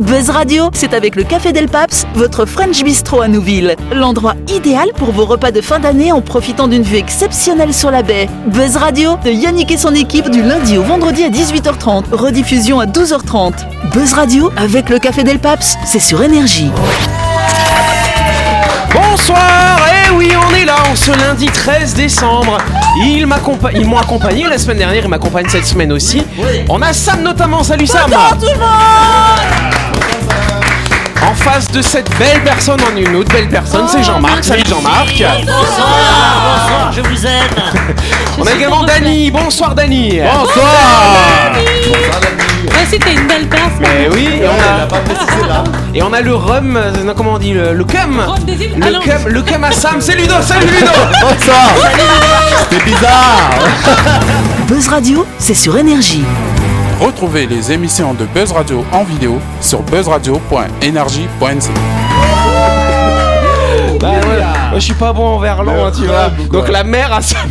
Buzz Radio, c'est avec le Café Del Paps, votre French Bistro à Nouville. L'endroit idéal pour vos repas de fin d'année en profitant d'une vue exceptionnelle sur la baie. Buzz Radio, de Yannick et son équipe du lundi au vendredi à 18h30, rediffusion à 12h30. Buzz Radio, avec le Café Del Paps, c'est sur Énergie. Bonsoir Eh oui, on est là en ce lundi 13 décembre. Ils m'accompa- ils m'ont accompagné la semaine dernière, ils m'accompagnent cette semaine aussi. On a Sam notamment, salut Sam En face de cette belle personne en une autre belle personne, c'est Jean-Marc. Salut Jean-Marc Bonsoir, je vous aime. On a également Dany, bonsoir Oh, Dany Bonsoir Ouais, c'était une belle personne. Eh oui, et on a, et on a le rhum, euh, non, comment on dit, le, le cum Rome des îles. le Allons. cum, le cum à Sam, c'est Ludo, salut Ludo Bonsoir C'est bizarre Buzz Radio, c'est sur Énergie. Retrouvez les émissions de Buzz Radio en vidéo sur buzzradio.energie.nc. Bah ouais, moi, je suis pas bon en verlan, hein, tu vois. Donc la mère à Sam.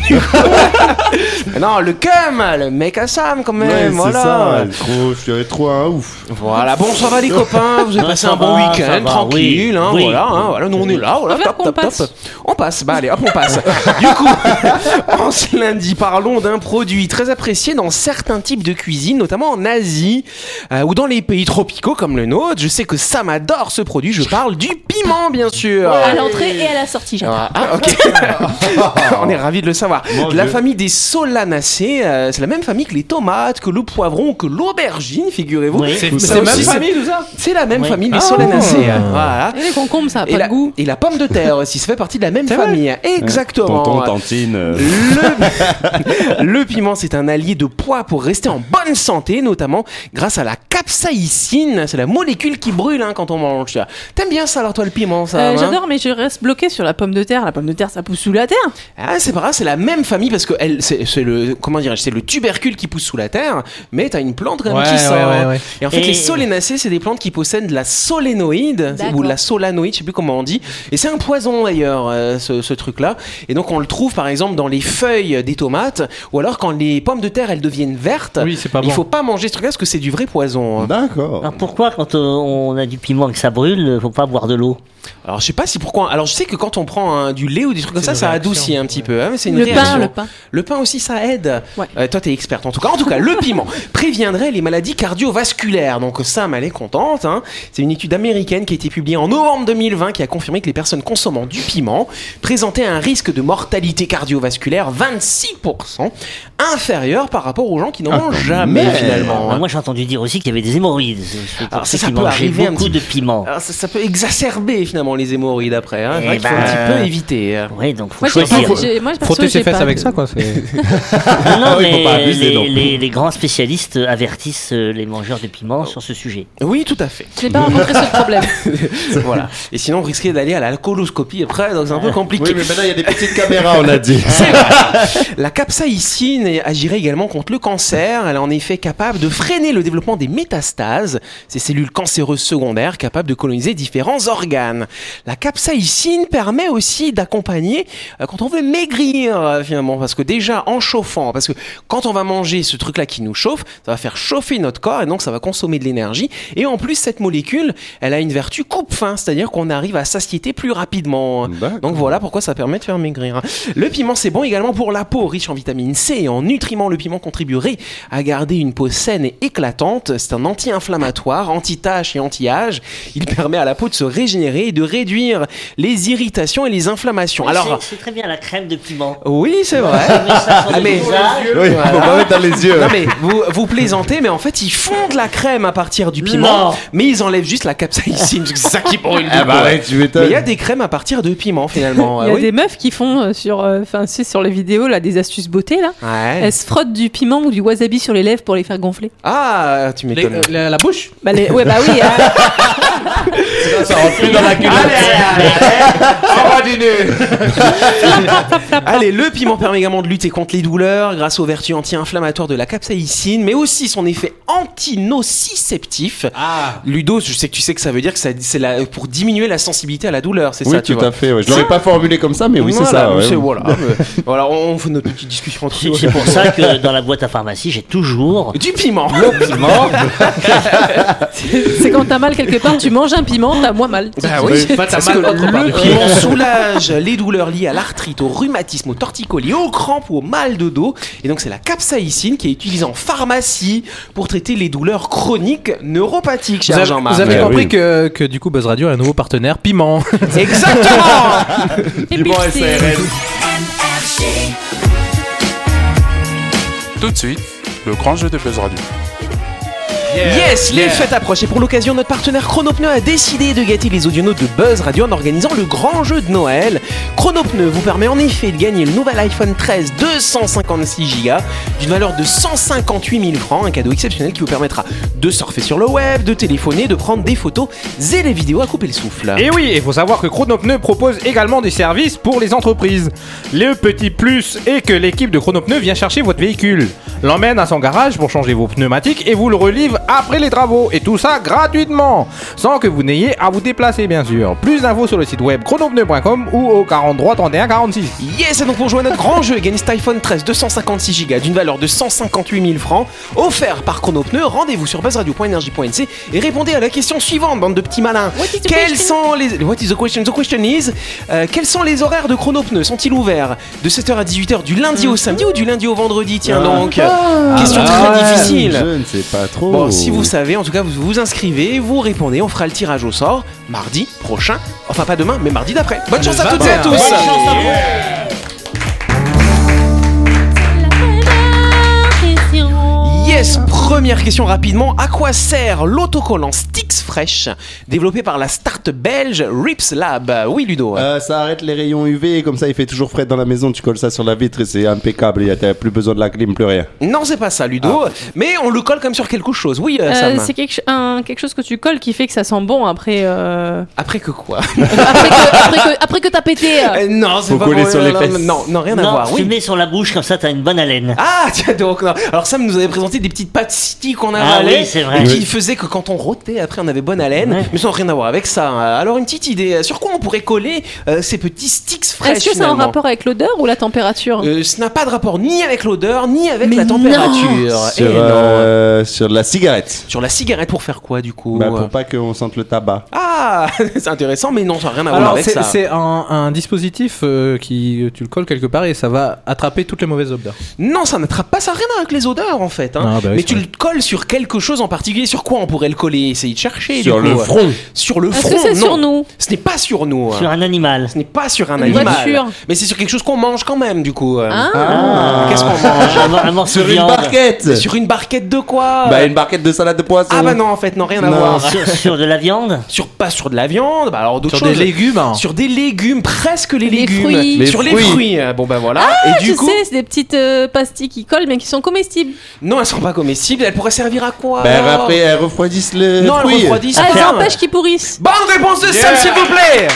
non, le cum, le mec à Sam quand même, Ouais, voilà. c'est ça, trop, je suis trop un ouf. Voilà, bon, ça va les copains, vous avez Ouais, passé ça un bon va, ça week-end, va, tranquille, oui, hein, oui. voilà, hein, voilà, nous on est là, voilà, On va top, qu'on top, passe. top. On passe, bah allez, hop, on passe. du coup, en ce lundi, parlons d'un produit très apprécié dans certains types de cuisine, notamment en Asie euh, ou dans les pays tropicaux comme le nôtre. Je sais que Sam adore ce produit, je parle du piment, bien sûr. À l'entrée et à la sortie. j'adore. Ah, ah, ok. On est ravis de le savoir. Mon la Dieu. famille des solanacées, euh, c'est la même famille que les tomates, que le poivron, que l'aubergine, figurez-vous. Oui. Ça c'est aussi, même c'est- famille, tout ça C'est la même Oui. famille, Ah. les solanacées. euh, Voilà. Et les concombres, Ah, ça a pas Et de la, goût. et la pomme de terre aussi, ça fait partie de la même famille. Exactement. Tonton, tantine. euh, Le, le piment, c'est un allié de poids pour rester en bonne santé, notamment grâce à la capsaïcine. C'est la molécule qui brûle hein, quand on mange. ça. T'aimes bien ça, alors toi, le piment, ça Euh, hein J'adore, mais je reste bloqué sur la pomme de terre. La pomme de terre, ça pousse sous la terre. Ah, c'est pas grave, c'est la même famille parce que elle, c'est, c'est le comment dirais-je, c'est le tubercule qui pousse sous la terre, mais t'as une plante quand même qui sort. Et en fait, Et- les solénacées, c'est des plantes qui possèdent de la solénoïde D'accord. ou de la solanoïde, je sais plus comment on dit. Et c'est un poison d'ailleurs, euh, ce, ce truc-là. Et donc on le trouve par exemple dans les feuilles des tomates, ou alors quand les pommes de terre elles deviennent vertes. Oui, c'est pas Il bon. faut pas manger ce truc-là parce que c'est du vrai poison. hein. D'accord. Alors pourquoi quand euh, on a du piment et que ça brûle, euh, faut pas boire de l'eau Alors je sais pas si pourquoi. Alors je sais que quand on prend hein, du lait ou des trucs comme C'est ça, une ça réaction, adoucit un petit peu. hein, mais c'est une Le réaction. pain, le pain. Le pain aussi, ça aide. Ouais. Euh, toi, t'es experte en tout cas. En tout cas, le piment préviendrait les maladies cardiovasculaires. Donc Sam, elle est contente. hein. C'est une étude américaine qui a été publiée en novembre 2020 qui a confirmé que les personnes consommant du piment présentaient un risque de mortalité cardiovasculaire 26% inférieur par rapport aux gens qui n'en Ah, mangent jamais merde. finalement. Bah, hein. Moi j'ai entendu dire aussi qu'il y avait des hémorroïdes. C'est- c'est pour Alors, ça, ça qu'ils peut mangeaient arriver un beaucoup petit- de piment. Alors, ça, ça peut exacerber finalement les hémorroïdes après. hein. C'est Eh vrai qu'il faut ben, un petit peu éviter. hein. Ouais, donc faut Moi, j'ai pas- choisir. j'ai- moi, perso, Frotter j'ai ses fesses pas avec de- ça, quoi. c'est- Non, non, Ah oui, faut mais pas abuser les, non plus. les- les grands spécialistes avertissent euh, les mangeurs de piment sur ce sujet. Oui, tout à fait. J'ai pas rencontré ce problème. voilà. Et sinon, vous risquez d'aller à la coloscopie après, donc c'est un peu compliqué. Oui, mais maintenant il y a des petites caméras, on a dit. La capsaïcine agirait également contre le cancer. Elle est en effet capable de freiner le développement des métastases, ces cellules cancéreuses secondaires capables de coloniser différents organes. La capsaïcine permet aussi d'accompagner euh, quand on veut maigrir euh, finalement, parce que déjà en chauffant, parce que quand on va manger ce truc-là qui nous chauffe, ça va faire chauffer notre corps et donc ça va consommer de l'énergie. Et en plus, cette molécule, elle a une vertu coupe-faim, c'est-à-dire qu'on arrive à satiété plus rapidement. D'accord. Donc voilà pourquoi ça permet de faire maigrir. hein. Le piment, c'est bon également pour la peau, riche en vitamine C et en nutriments. Le piment contribuerait à garder une peau saine et éclatante. C'est un anti-inflammatoire, anti-tache et anti-âge. Il permet à la peau de se régénérer et de réduire les irritations et les Ah, inflammations. Alors, c'est c'est très bien la crème de piment. oui, c'est vrai. Ah, mais- Oui, faut pas mettre dans les yeux. Non mais vous, vous plaisantez, mais en fait ils font de la crème à partir du piment, Non. mais ils enlèvent juste la capsaïcine, parce que c'est ça qui brûle du Ah coup. bah ouais, tu Mais il m'étonnes. y a des crèmes à partir de piment finalement. Ah Il y a oui. des meufs qui font euh, sur, euh, enfin, tu sais, sur les vidéos là, des astuces beauté là. Ouais. Elles se frottent du piment ou du wasabi sur les lèvres pour les faire gonfler. Ah, tu Les- m'étonnes. euh, la, la bouche Bah, les- ouais, bah oui. hein. Sinon, ça rentre plus dans la culotte. Ah. Allez, le piment permet également de lutter contre les douleurs grâce aux vertus anti-inflammatoires de la capsaïcine, mais aussi son effet antinociceptif. Ah, Ludo, je sais que tu sais que ça veut dire que ça- c'est la- pour diminuer la sensibilité à la douleur, c'est Oui, ça, tu tout vois. à fait. ouais. Je l'aurais pas formulé comme ça, mais oui, c'est Voilà, ça. ouais. c'est- voilà, euh, voilà, on fait notre petite discussion entre C'est nous. c'est pour ça que dans la boîte à pharmacie, j'ai toujours. Du piment C'est quand t'as mal quelque part, tu manges un piment, t'as moins mal. Ah Bah oui, pas t'as parce mal que autre part le du coup. piment soulage les douleurs liées à l'arthrite, au rhumatisme, au torticolis, aux crampes, au mal de dos. Et donc c'est la capsaïcine qui est utilisée en pharmacie pour traiter les douleurs chroniques neuropathiques, vous cher avez, Jean-Marc. vous avez Ouais, compris oui. que, que du coup Buzz Radio a un nouveau partenaire, Piment. Exactement Et puis, c'est- Tout de suite, le grand jeu de Buzz Radio. Yes, les fêtes approchent et pour l'occasion, notre partenaire Chronopneu a décidé de gâter les audionautes de Buzz Radio en organisant le grand jeu de Noël. Chronopneu vous permet en effet de gagner le nouvel iPhone 13 256 Go d'une valeur de 158 000 francs, un cadeau exceptionnel qui vous permettra de surfer sur le web, de téléphoner, de prendre des photos et les vidéos à couper le souffle. Ah. Et Eh oui, il faut savoir que Chronopneu propose également des services pour les entreprises. Le petit plus est que l'équipe de Chronopneu vient chercher votre véhicule, l'emmène à son garage pour changer vos pneumatiques et vous le relivre après les travaux. Et tout ça gratuitement, sans que vous n'ayez à vous déplacer bien sûr. Plus d'infos sur le site web chronopneu.com ou au 43 31 46. Yes, et donc pour jouer à notre grand jeu, gagnez cet iPhone 13 256 Go d'une valeur de 158 000 francs, offert par Chronopneu, rendez-vous sur buzzradio.energie.nc et répondez à la question suivante, bande de petits malins. What is the Quels question sont les... What is the question? The question is, euh, quels sont les horaires de Chronopneu? Sont-ils ouverts de 7h à 18h du lundi Mm. au samedi ou du lundi au vendredi? Tiens donc. question très Ah, difficile. Je ne sais pas trop. Bon, si vous savez, en tout cas, vous vous inscrivez, vous répondez, on fera le tirage au sort mardi prochain. Enfin, pas demain, mais mardi d'après. Bonne chance à toutes et à tous. Yes, première question rapidement. À quoi sert l'autocollant Stix Fresh développé par la start belge Rips Lab Oui, Ludo. Euh, ça arrête les rayons UV, comme ça il fait toujours frais dans la maison, tu colles ça sur la vitre et c'est impeccable, il y a- t'as plus besoin de la clim, plus rien. Non, c'est pas ça, Ludo. Ah. Mais on le colle comme sur quelque chose. Oui, euh, Euh, Sam. c'est quelque, ch- un- quelque chose que tu colles qui fait que ça sent bon après, euh, Après que quoi après que, après que, après que t'as pété. euh. Euh, Non, c'est Ah. Faut pas coller pour- sur les non, fesses. Non, non, rien à non, voir. tu Oui. mets sur la bouche comme ça, t'as une bonne haleine. Ah, tiens donc. non. Alors, Sam nous avait présenté des petites pastilles qu'on a Ah oui, c'est vrai. Et qui faisaient que quand on rotait, après, on avait bonne haleine. Ouais. Mais ça n'a rien à voir avec ça. hein. Alors, une petite idée. Sur quoi on pourrait coller euh, ces petits Stix Fresh Est-ce que ça a un finalement rapport avec l'odeur ou la température Euh, ce n'a pas de rapport ni avec l'odeur ni avec Mais la non température. Eh Sur, non. euh, sur la cigarette. Sur la cigarette pour faire quoi du coup euh Bah, pour pas qu'on sente le tabac. Ah, c'est intéressant, mais non, ça n'a rien à voir Alors, avec c'est Ah, ça. c'est un, un dispositif euh, qui tu le colles quelque part et ça va attraper toutes les mauvaises odeurs. Non, ça n'attrape pas, ça n'a rien avec les odeurs en fait. hein. Ah, bah oui, mais c'est tu vrai. le colles sur quelque chose en particulier. Sur quoi on pourrait le coller Essayer de chercher. sur du le coup. euh, front. Sur le Est-ce front. que c'est non. sur nous Ce n'est pas sur nous. hein. Sur un animal. Ce n'est pas sur un Une animal. voiture. Mais c'est sur quelque chose qu'on mange quand même du coup. euh. Hein Ah. Qu'est-ce qu'on mange Ah. Un, un morceau Sur de une viande. barquette. Sur une barquette de quoi Bah, une barquette de salade de poisson. Ah bah non, en fait, non, rien à Non. voir. Sur, sur de la viande Sur, pas sur de la viande, bah alors d'autres Sur choses. des légumes. hein. Sur des légumes, presque les Des légumes. fruits. Les sur les fruits. fruits. euh, Bon ben voilà. et Je du coup, sais, c'est des petites euh, pastilles qui collent mais qui sont comestibles. non, elles sont pas comestibles. Elles pourraient servir à quoi Bah, alors après, elles refroidissent le Non, fruit. elles refroidissent. Ah, elles rien. empêchent qu'ils pourrissent. Bonne réponse de Sam, s'il vous plaît.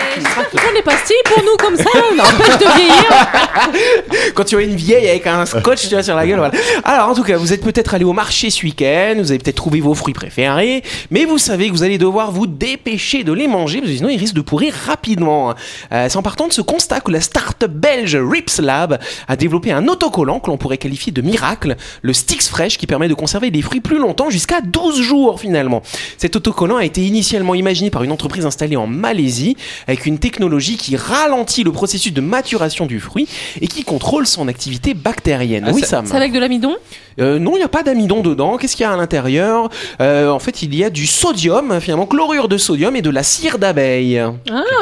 Ah, J'espère qu'ils font des pastilles pour nous comme ça, on empêche de Ah, vieillir. Quand tu vois une vieille avec un scotch tu vois, sur la gueule, voilà. Alors en tout cas, vous êtes peut-être allé au marché ce week-end, vous avez peut-être trouvé vos fruits préférés, mais vous savez que vous allez devoir vous dépêcher de les manger parce que sinon ils risquent de pourrir rapidement. Euh, c'est en partant de ce constat que la start-up belge Rips Lab a développé un autocollant que l'on pourrait qualifier de miracle, le Stix Fresh qui permet de conserver des fruits plus longtemps jusqu'à 12 jours finalement. Cet autocollant a été initialement imaginé par une entreprise installée en Malaisie avec une technologie qui ralentit le processus de maturation du fruit et qui contrôle son activité bactérienne. oui, Sam. C'est avec de l'amidon Euh, non, il n'y a pas d'amidon dedans. Qu'est-ce qu'il y a à l'intérieur Euh, En fait, il y a du sodium, hein, finalement, chlorure de sodium et de la cire d'abeille. Ah,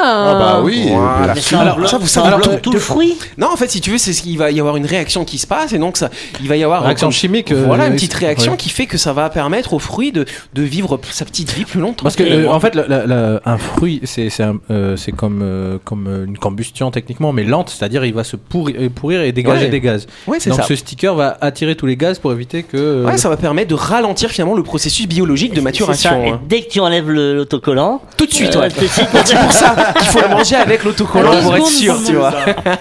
Ah bah oui. Voilà. Mais ça Alors, englobe- ça, vous ça savez- englobe alors, tout le fruit Non, en fait, si tu veux, c'est ce qu'il va y avoir une réaction qui se passe et donc ça, il va y avoir Réaction comme- chimique. euh, Ah, Voilà une oui, petite c'est- réaction ouais. qui fait que ça va permettre au fruit de, de vivre sa petite vie plus longtemps. Parce que, euh, en fait, la- la- la- un fruit, c'est c'est un- euh, c'est comme, euh, comme euh, une combustion techniquement, mais lente, c'est-à-dire il va se pourri- euh, pourrir et dégager Ouais. des gaz. Ouais, c'est Donc ça. ce sticker va attirer tous les gaz pour éviter que. euh, Ouais, ça va permettre de ralentir finalement le processus biologique de C'est ça, maturation. et hein. dès que tu enlèves le- l'autocollant, Tout de suite, ouais. euh, c'est- c'est- C'est pour ça qu'il faut le manger avec l'autocollant Deux pour être sûr, secondes, ça tu vois.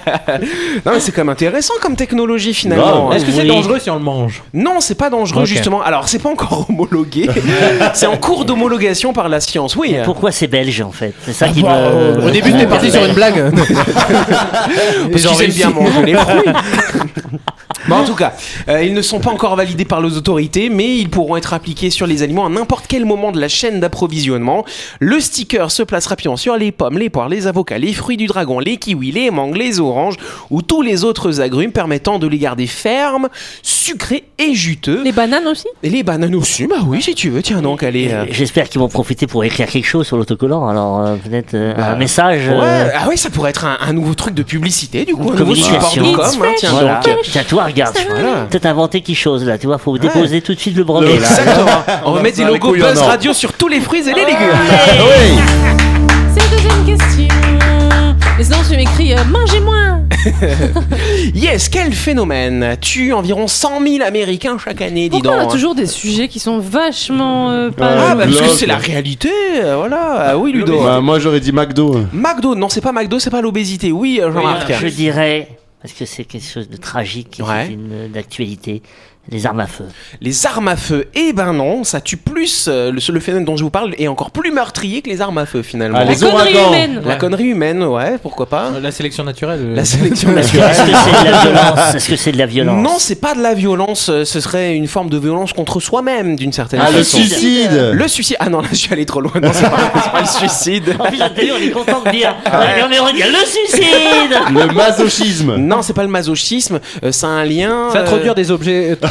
non, mais c'est quand même intéressant comme technologie finalement. hein. Grave. Est-ce que c'est Oui. dangereux si on le mange Non, c'est pas dangereux Ok. justement. Alors, c'est pas encore homologué. c'est en cours d'homologation par la science, oui. pourquoi c'est belge en fait C'est ça qui bah, me. Euh, au début, t'es parti sur une blague. Euh, Parce qu'ils aiment bien manger les fruits. Bon, en tout cas, euh, ils ne sont pas encore validés par les autorités, mais ils pourront être appliqués sur les aliments à n'importe quel moment de la chaîne d'approvisionnement. Le sticker se place rapidement sur les pommes, les poires, les avocats, les fruits du dragon, les kiwis, les mangues, les oranges ou tous les autres agrumes permettant de les garder fermes, sucrés et juteux. Les bananes aussi Et les bananes aussi, bah oui, si tu veux, tiens donc, allez. euh, Euh, J'espère qu'ils vont profiter pour écrire quelque chose sur l'autocollant. Alors euh, peut-être euh, Bah, un message. euh, Ouais, ah oui, ça pourrait être un, un nouveau truc de publicité, du coup, un nouveau support de communication. com. hein, tiens Voilà. donc. Tiens, toi, regarde, tu vois, Voilà. peut-être inventer quelque chose là, tu vois, faut déposer tout de suite le brevet là. Exactement. On va mettre des faire les logos couilles en Buzz or. Ah. Radio sur tous les fruits et les légumes. Oui C'est la deuxième question. Mais sinon, tu m'écris euh, mangez moins. Yes, quel phénomène Tue environ 100 000 Américains chaque année, dis Pourquoi on a donc. hein. toujours des sujets qui sont vachement euh, pas. Ah, bah, parce que Glauque. c'est la réalité, euh, voilà. Ah oui, Ludo. Bah, Moi j'aurais dit McDo. McDo, non, c'est pas McDo, c'est pas l'obésité. Oui, euh, Jean-Marc. Je dirais, parce que c'est quelque chose de tragique, et Ouais. c'est une euh, d'actualité, les armes à feu. Les armes à feu, eh ben non, ça tue plus. euh, Le, le phénomène dont je vous parle est encore plus meurtrier que les armes à feu, finalement. Ah, la les connerie ouragans. humaine. La connerie humaine, ouais, pourquoi pas. La sélection naturelle. hein. euh, La sélection Parce que est-ce que c'est de la violence Est-ce que c'est de la violence Non, c'est pas de la violence, euh, ce serait une forme de violence contre soi-même d'une certaine Ah, le façon. suicide Le suicide. Ah non, là je suis allé trop loin. Non, c'est pas, c'est Ah pas le suicide. En plus, on on est content de dire. Ouais, on est heureux de dire le suicide Le masochisme Non, c'est pas le masochisme, euh, c'est un lien. Ça euh, introduire des objets Non,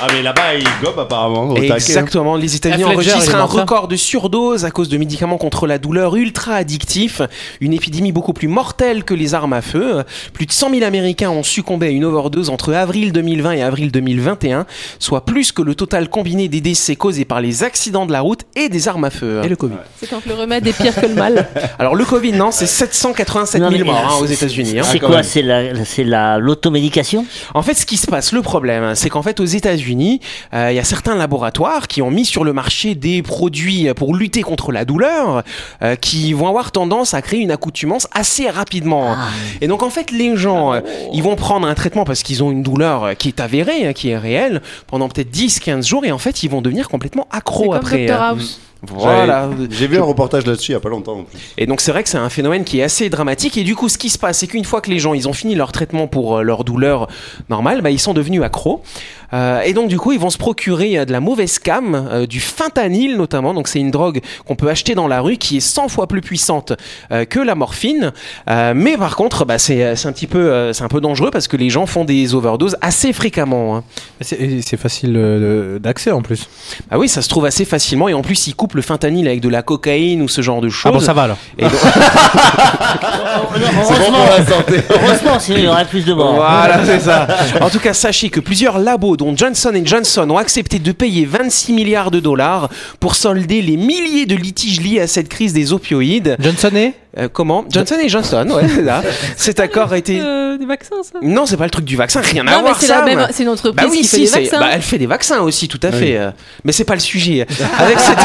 Ah mais là-bas ils gobent apparemment. Exactement, les Italiens F. Ledger, enregistrent il est un dans ça. record de surdose à cause de médicaments contre la douleur ultra addictifs, une épidémie beaucoup plus mortelle que les armes à feu. Plus de 100 000 Américains ont succombé à une overdose entre avril 2020 et avril 2021, soit plus que le total combiné des décès causés par les accidents de la route et des armes à feu. Et le Covid. C'est quand le remède est pire que le mal. Alors le Covid, non, c'est 787 Non, mais, 000 morts hein, euh, aux c'est- États-Unis. hein. C'est Ah, quand quoi même. C'est la, c'est la, l'automédication En fait, ce qui se passe, le problème, hein, c'est qu'en fait, aux États-Unis, euh, il y a certains laboratoires qui ont mis sur le marché des produits pour lutter contre la douleur, euh, qui vont avoir tendance à créer une accoutumance assez rapidement. Et donc, en fait, les gens, euh, ils vont prendre un traitement parce qu'ils ont une douleur euh, qui est avérée, hein, qui est réelle, pendant peut-être 10, 15 jours, et en fait, ils vont devenir complètement C'est accros comme après. Dr hein. House. Voilà. hein. J'ai vu un reportage là-dessus il y a pas longtemps en plus. Et donc c'est vrai que c'est un phénomène qui est assez dramatique et du coup ce qui se passe c'est qu'une fois que les gens ils ont fini leur traitement pour euh, leur douleur normale, bah, ils sont devenus accros Euh, et donc du coup ils vont se procurer euh, de la mauvaise cam, euh, du fentanyl notamment, donc c'est une drogue qu'on peut acheter dans la rue qui est 100 fois plus puissante euh, que la morphine, Euh, mais par contre bah, c'est euh, c'est un petit peu euh, c'est un peu dangereux parce que les gens font des overdoses assez fréquemment. hein. Bah, C'est- et C'est facile euh, d'accès en plus. Ah oui ça se trouve assez facilement et en plus ils coupent le fentanyl avec de la cocaïne ou ce genre de choses. Ah va alors. Et donc- C'est bon pour la santé. Heureusement, sinon il y aurait plus de morts. Voilà, c'est ça. En tout cas, sachez que plusieurs labos, dont Johnson Johnson, ont accepté de payer 26 milliards de dollars pour solder les milliers de litiges liés à cette crise des opioïdes. Johnson et Euh, comment Johnson Johnson, ouais, c'est ça. Cet accord a été. Euh, des vaccins, ça. Non, c'est pas le truc du vaccin, rien à non, mais voir c'est ça. la même. mais- C'est une entreprise Bah oui, qui si, fait des c'est- vaccins. bah, elle fait des vaccins aussi, tout à fait. euh, Mais c'est pas le sujet. Avec, cet...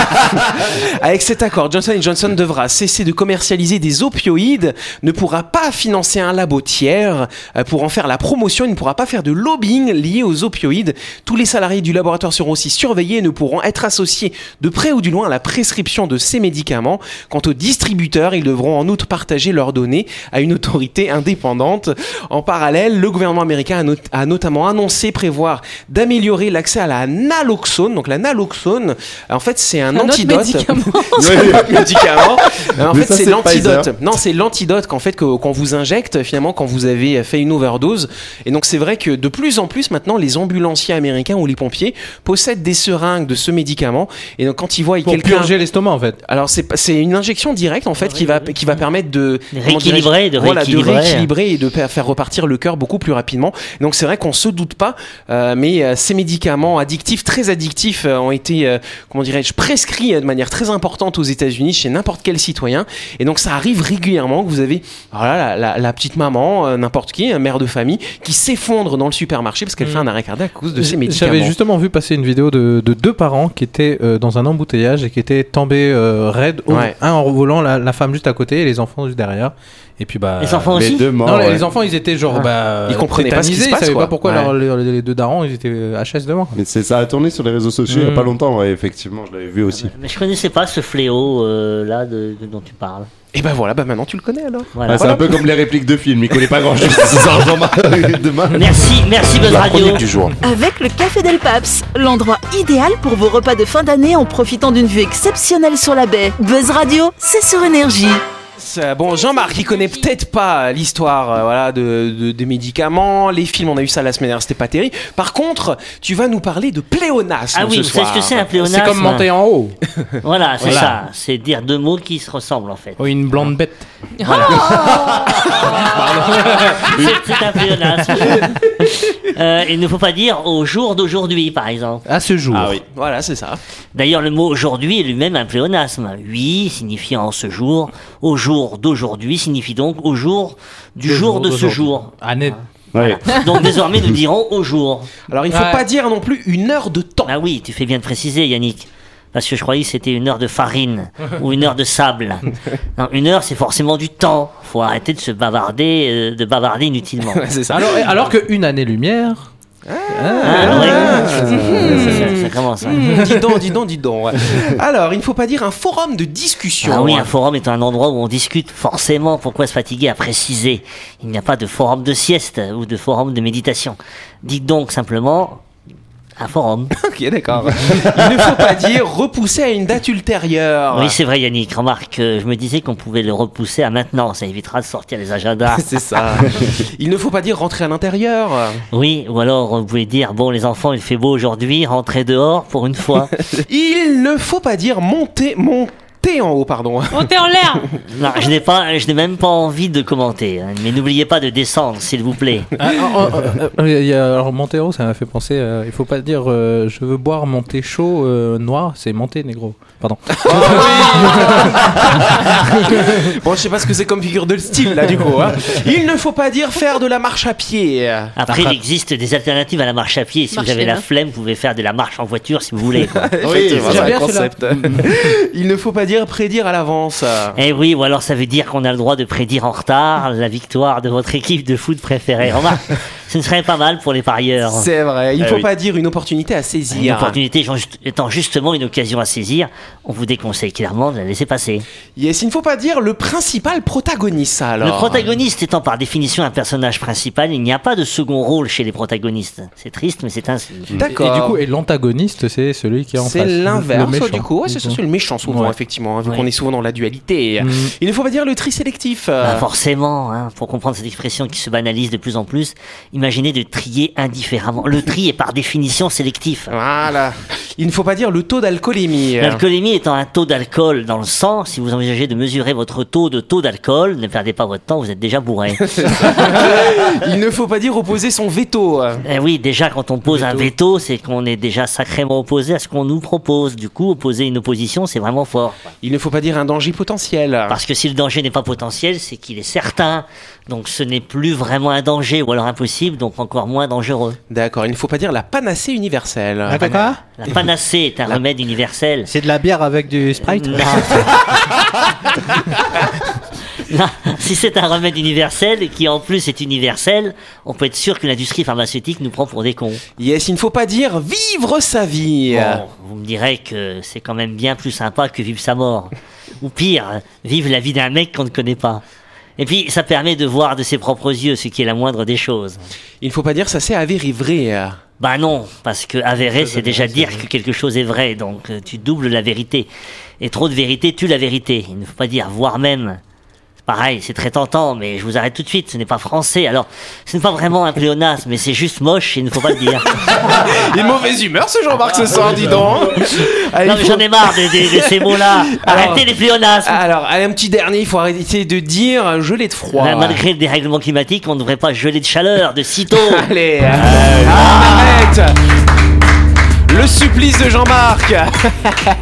Avec cet accord, Johnson Johnson devra cesser de commercialiser des opioïdes, ne pourra pas financer un labo tiers euh, pour en faire la promotion, il ne pourra pas faire de lobbying lié aux opioïdes. Tous les salariés du laboratoire seront aussi surveillés et ne pourront être associés de près ou du loin à la prescription de ces médicaments. Quant aux distributeurs, ils devront en outre partager leurs données à une autorité indépendante. En parallèle, le gouvernement américain a, not- a notamment annoncé prévoir d'améliorer l'accès à la naloxone. Donc la naloxone, en fait, c'est un, Un autre antidote. médicament. C'est un autre médicament. Alors, en Mais fait, ça, c'est c'est l'antidote. Pfizer. Non, c'est l'antidote qu'en fait que- qu'on vous injecte finalement quand vous avez fait une overdose. Et donc c'est vrai que de plus en plus maintenant, les ambulanciers américains ou les pompiers possèdent des seringues de ce médicament. Et donc quand ils voient Pour quelqu'un purger l'estomac en fait. alors c'est c'est une injection directe en fait qui va qui qui va permettre de De comment dirais-je, Oh, rééquilibrer, de voilà, rééquilibrer. rééquilibrer et de pa- faire repartir le cœur beaucoup plus rapidement. Donc c'est vrai qu'on se doute pas, euh, mais euh, ces médicaments addictifs, très addictifs, euh, ont été, euh, comment dirais-je, prescrits euh, de manière très importante aux États-Unis chez n'importe quel citoyen. Et donc ça arrive régulièrement que vous avez voilà, la, la- la petite maman, euh, n'importe qui, un mère de famille, qui s'effondre dans le supermarché parce qu'elle fait un arrêt cardiaque à cause de ces médicaments. J'avais justement vu passer une vidéo de, de deux parents qui étaient euh, dans un embouteillage et qui étaient tombés euh, raides, au- Ouais. un en volant la, la femme juste à côté et les enfants juste derrière. Et puis bah. Les enfants Les aussi deux Non, morts. les- ouais. les enfants ils étaient genre Ah. bah. Ils comprenaient pas ce qui se tétanisés, passe, Ils savaient quoi. pas pourquoi Ouais. leurs- leurs- les, deux darons ils étaient euh, HS devant. Mais c'est ça a tourné sur les réseaux sociaux il y Mm. a pas longtemps, ouais, effectivement, je l'avais vu aussi. Euh, Mais je connaissais pas ce fléau euh, là de- de- dont tu parles. Et ben voilà, bah maintenant tu le connais alors. Voilà. Ouais, c'est un peu comme les répliques de films, il connaît pas grand chose. Ah, C'est ça, Jean-Marc. Demain. Merci, merci Buzz La Radio. chronique du jour. Avec le Café Del Paps, l'endroit idéal pour vos repas de fin d'année en profitant d'une vue exceptionnelle sur la baie. Buzz Radio, c'est sur énergie. Ça, Euh, Bon, Jean-Marc, il connaît peut-être pas l'histoire euh, voilà, de, de- des médicaments, les films, on a eu ça la semaine dernière, c'était pas terrible. Par contre, tu vas nous parler de pléonasme Ah ce oui, vous savez soir. ce que c'est un pléonasme C'est comme monter en haut. Voilà, c'est Voilà. ça. C'est dire deux mots qui se ressemblent en fait. Oui, une blonde bête. Ah, C'est c'est un pléonasme. Euh, il ne faut pas dire au jour d'aujourd'hui, par exemple. À ce jour. Ah oui. Voilà, c'est ça. D'ailleurs, le mot aujourd'hui est lui-même un pléonasme. Oui, signifiant ce jour. Au jour d'aujourd'hui signifie donc au jour du Le jour, de ce d'aujourd'hui. jour. Année. Ouais. Donc désormais, nous dirons au jour. Alors, il faut Ouais. pas dire non plus une heure de temps. Bah oui, tu fais bien de préciser, Yannick. Parce que je croyais que c'était une heure de farine ou une heure de sable. Non, une heure, c'est forcément du temps. Faut arrêter de se bavarder, euh, de bavarder inutilement. Ouais, c'est ça. Alors, alors qu'une année lumière. Ah, ouais. Ça, ça- ça commence. hein. Hmm, dis donc, dis donc, dis donc. ouais. Alors, il ne faut pas dire un forum de discussion. Ah oui, hein. un forum est un endroit où on discute forcément. Pourquoi se fatiguer à préciser Il n'y a pas de forum de sieste ou de forum de méditation. Dites donc simplement un forum. Ok, d'accord. il ne faut pas dire repousser à une date ultérieure. Oui, c'est vrai, Yannick. Remarque, euh, je me disais qu'on pouvait le repousser à maintenant. Ça évitera de sortir les agendas. Ah, c'est ça. Il ne faut pas dire rentrer à l'intérieur. Oui, ou alors euh, vous pouvez dire bon les enfants il fait beau aujourd'hui, rentrez dehors pour une fois. Il ne faut pas dire monter, monter en haut, pardon. Montez en l'air non, je n'ai pas, je n'ai même pas envie de commenter. hein, mais n'oubliez pas de descendre s'il vous plaît. Ah, oh, oh, oh, oh, il y a- alors Montero, ça m'a fait penser. euh, il faut pas dire euh, je veux boire mon thé chaud euh, noir, c'est monté négro. Pardon. Bon, je sais pas ce que c'est comme figure de style là, du coup. hein. Il ne faut pas dire faire de la marche à pied. Après il existe des alternatives à la marche à pied. Si Marche vous avez les la mains. flemme, vous pouvez faire de la marche en voiture si vous voulez. quoi. Oui, Effectivement, c'est un bien concept. Il ne faut pas dire prédire à l'avance. Eh oui, ou alors ça veut dire qu'on a le droit de prédire en retard la victoire de votre équipe de foot préférée. Remarque, ce ne serait pas mal pour les parieurs. C'est vrai. Il ne Eh faut oui. pas dire une opportunité à Une saisir. opportunité étant justement une occasion à saisir, on vous déconseille clairement de la laisser passer. Yes, il ne faut pas dire le principal protagoniste. ça, Alors. Le protagoniste étant par définition un personnage principal, il n'y a pas de second rôle chez les protagonistes. C'est triste, mais c'est ainsi. D'accord. Et, et du coup, et l'antagoniste, c'est celui qui est en C'est face, le- le l'inverse, oh, méchant. Mmh. du coup. Ouais, c'est ça, c'est le méchant, souvent, Ouais. effectivement, hein, vu Ouais. qu'on est souvent dans la dualité. Mm. Il ne faut pas dire le tri sélectif. Bah, forcément, hein, pour comprendre cette expression qui se banalise de plus en plus, imaginez de trier indifféremment. Le tri est par définition sélectif. Voilà. Il ne faut pas dire le taux d'alcoolémie. L'alcoolémie étant un taux d'alcool dans le sang, si vous envisagez de mesurer votre taux de taux d'alcool, ne perdez pas votre temps, vous êtes déjà bourré. Il ne faut pas dire opposer son veto. Eh oui, déjà quand on pose un veto, c'est qu'on est déjà sacrément opposé à ce qu'on nous propose. Du coup, opposer une opposition, c'est vraiment fort. Il ne faut pas dire un danger potentiel. Parce que si le danger n'est pas potentiel, c'est qu'il est certain. Donc ce n'est plus vraiment un danger, ou alors impossible, donc encore moins dangereux. D'accord, il ne faut pas dire la panacée universelle. La panacée est un remède universel. C'est de la bière avec du Sprite Mm. Là, si c'est un remède universel, et qui en plus est universel, on peut être sûr que l'industrie pharmaceutique nous prend pour des cons. Yes, il ne faut pas dire vivre sa vie. Bon, vous me direz que c'est quand même bien plus sympa que vivre sa mort. Ou pire, vivre la vie d'un mec qu'on ne connaît pas. Et puis, ça permet de voir de ses propres yeux, ce qui est la moindre des choses. Il ne faut pas dire ça c'est avéré vrai. Bah non, parce que avérer, c'est déjà dire que quelque chose est vrai, donc euh, tu doubles la vérité. Et trop de vérité tue la vérité. Il ne faut pas dire voire même. Pareil, c'est très tentant, mais je vous arrête tout de suite, ce n'est pas français. Alors, ce n'est pas vraiment un pléonasme, mais c'est juste moche, il ne faut pas le dire. Ah, Une mauvaise humeur ce Jean-Marc ce soir, dis donc. Allez, non, il mais faut- ah, j'en ai marre de, de- de ces mots-là. Arrêtez les pléonasmes. Alors, allez, un petit dernier, il faut arrêter de dire gelée de froid. Bah, Malgré le dérèglement climatique, on ne devrait pas geler de chaleur, de sitôt. Allez, Ah. arrête le supplice de Jean-Marc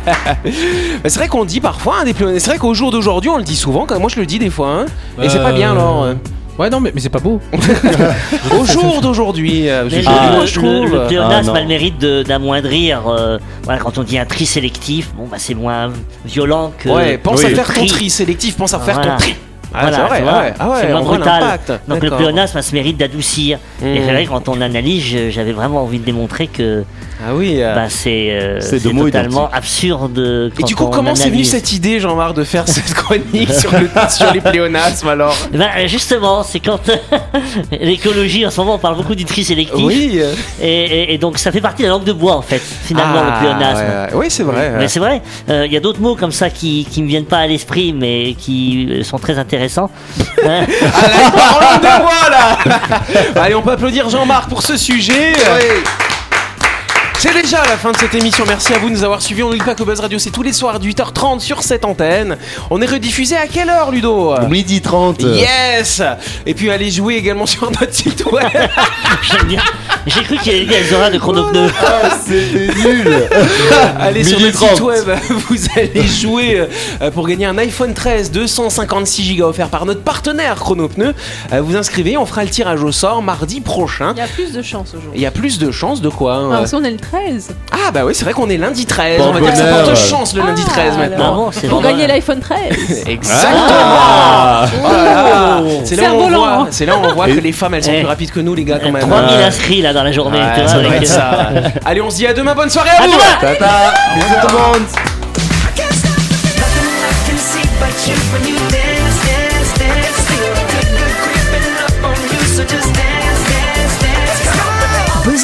Mais C'est vrai qu'on dit parfois hein, des pléonasmes. C'est vrai qu'au jour d'aujourd'hui, on le dit souvent, quand moi je le dis des fois. hein. Et c'est pas bien alors. hein. Euh, Ouais, non, mais, mais c'est pas beau. Au jour d'aujourd'hui, euh, Mais je- le- moi, le, je trouve. le- le pléonasme Ah, non. a le mérite de- d'amoindrir. euh, voilà, quand on dit un tri sélectif, bon, bah, c'est moins violent que. Ouais, pense à le faire ton tri sélectif, pense à faire Voilà. ton tri. Ah, Voilà, c'est vrai, tu ah vois, ouais, ah ouais, c'est moins on voit brutal. l'impact. Donc le D'accord. pléonasme a ce mérite d'adoucir. Et Mhm. c'est vrai, que quand on analyse, je- j'avais vraiment envie de démontrer que Ah oui. euh. bah, c'est euh, c'est c'est deux mots totalement absurde. Et quand du coup, on comment c'est venu analyse. cette idée, Jean-Marc, de faire cette chronique sur, le- sur les pléonasmes alors Eh ben, euh, justement, c'est quand l'écologie, en ce moment, on parle beaucoup du tri sélectif. Oui. euh. Et, et- et donc, ça fait partie de la langue de bois, en fait, finalement, Ah, le pléonasme. ouais, ouais. Oui, c'est vrai. ouais. Mais c'est vrai, euh, il y a d'autres mots comme ça qui, qui me viennent pas à l'esprit, mais qui euh, sont très intéressants. Hein Ah, là, il parle en deux voix, là Allez, on peut applaudir Jean-Marc pour ce sujet. C'est déjà la fin de cette émission. Merci à vous de nous avoir suivis. On n'oublie pas que Buzz Radio, c'est tous les soirs de 8h30 sur cette antenne. On est rediffusé à quelle heure, Ludo Midi 30. Yes Et puis allez jouer également sur notre site web. J'aime bien. J'ai cru qu'il y avait des Zora de chronopneu. Ah, c'était nul. allez sur Midi notre site 30. web, vous allez jouer euh, pour gagner un iPhone 13 256 Go offert par notre partenaire Chrono Pneus. Euh, Vous inscrivez, on fera le tirage au sort mardi prochain. Il y a plus de chance aujourd'hui. Il y a plus de chances de quoi hein, Ah, parce qu'on est le 13. Ah bah oui, c'est vrai qu'on est lundi 13. Bon on va dire que ça bonheur. porte chance le lundi 13 Ah, Ah maintenant. bon, c'est Pour vraiment- gagner l'iPhone 13. Exactement. Ah. Oh là là. C'est là, où on Cerf-volant. voit, c'est là où on voit Et- que les femmes elles sont Eh. plus rapides que nous les gars quand même. 3000 inscrits là dans la journée. Ouais, tu vois, ça doit avec- être ça. Allez, on se dit à demain. Bonne soirée à, vous. demain. Tata. Bisous tout le monde. Buzz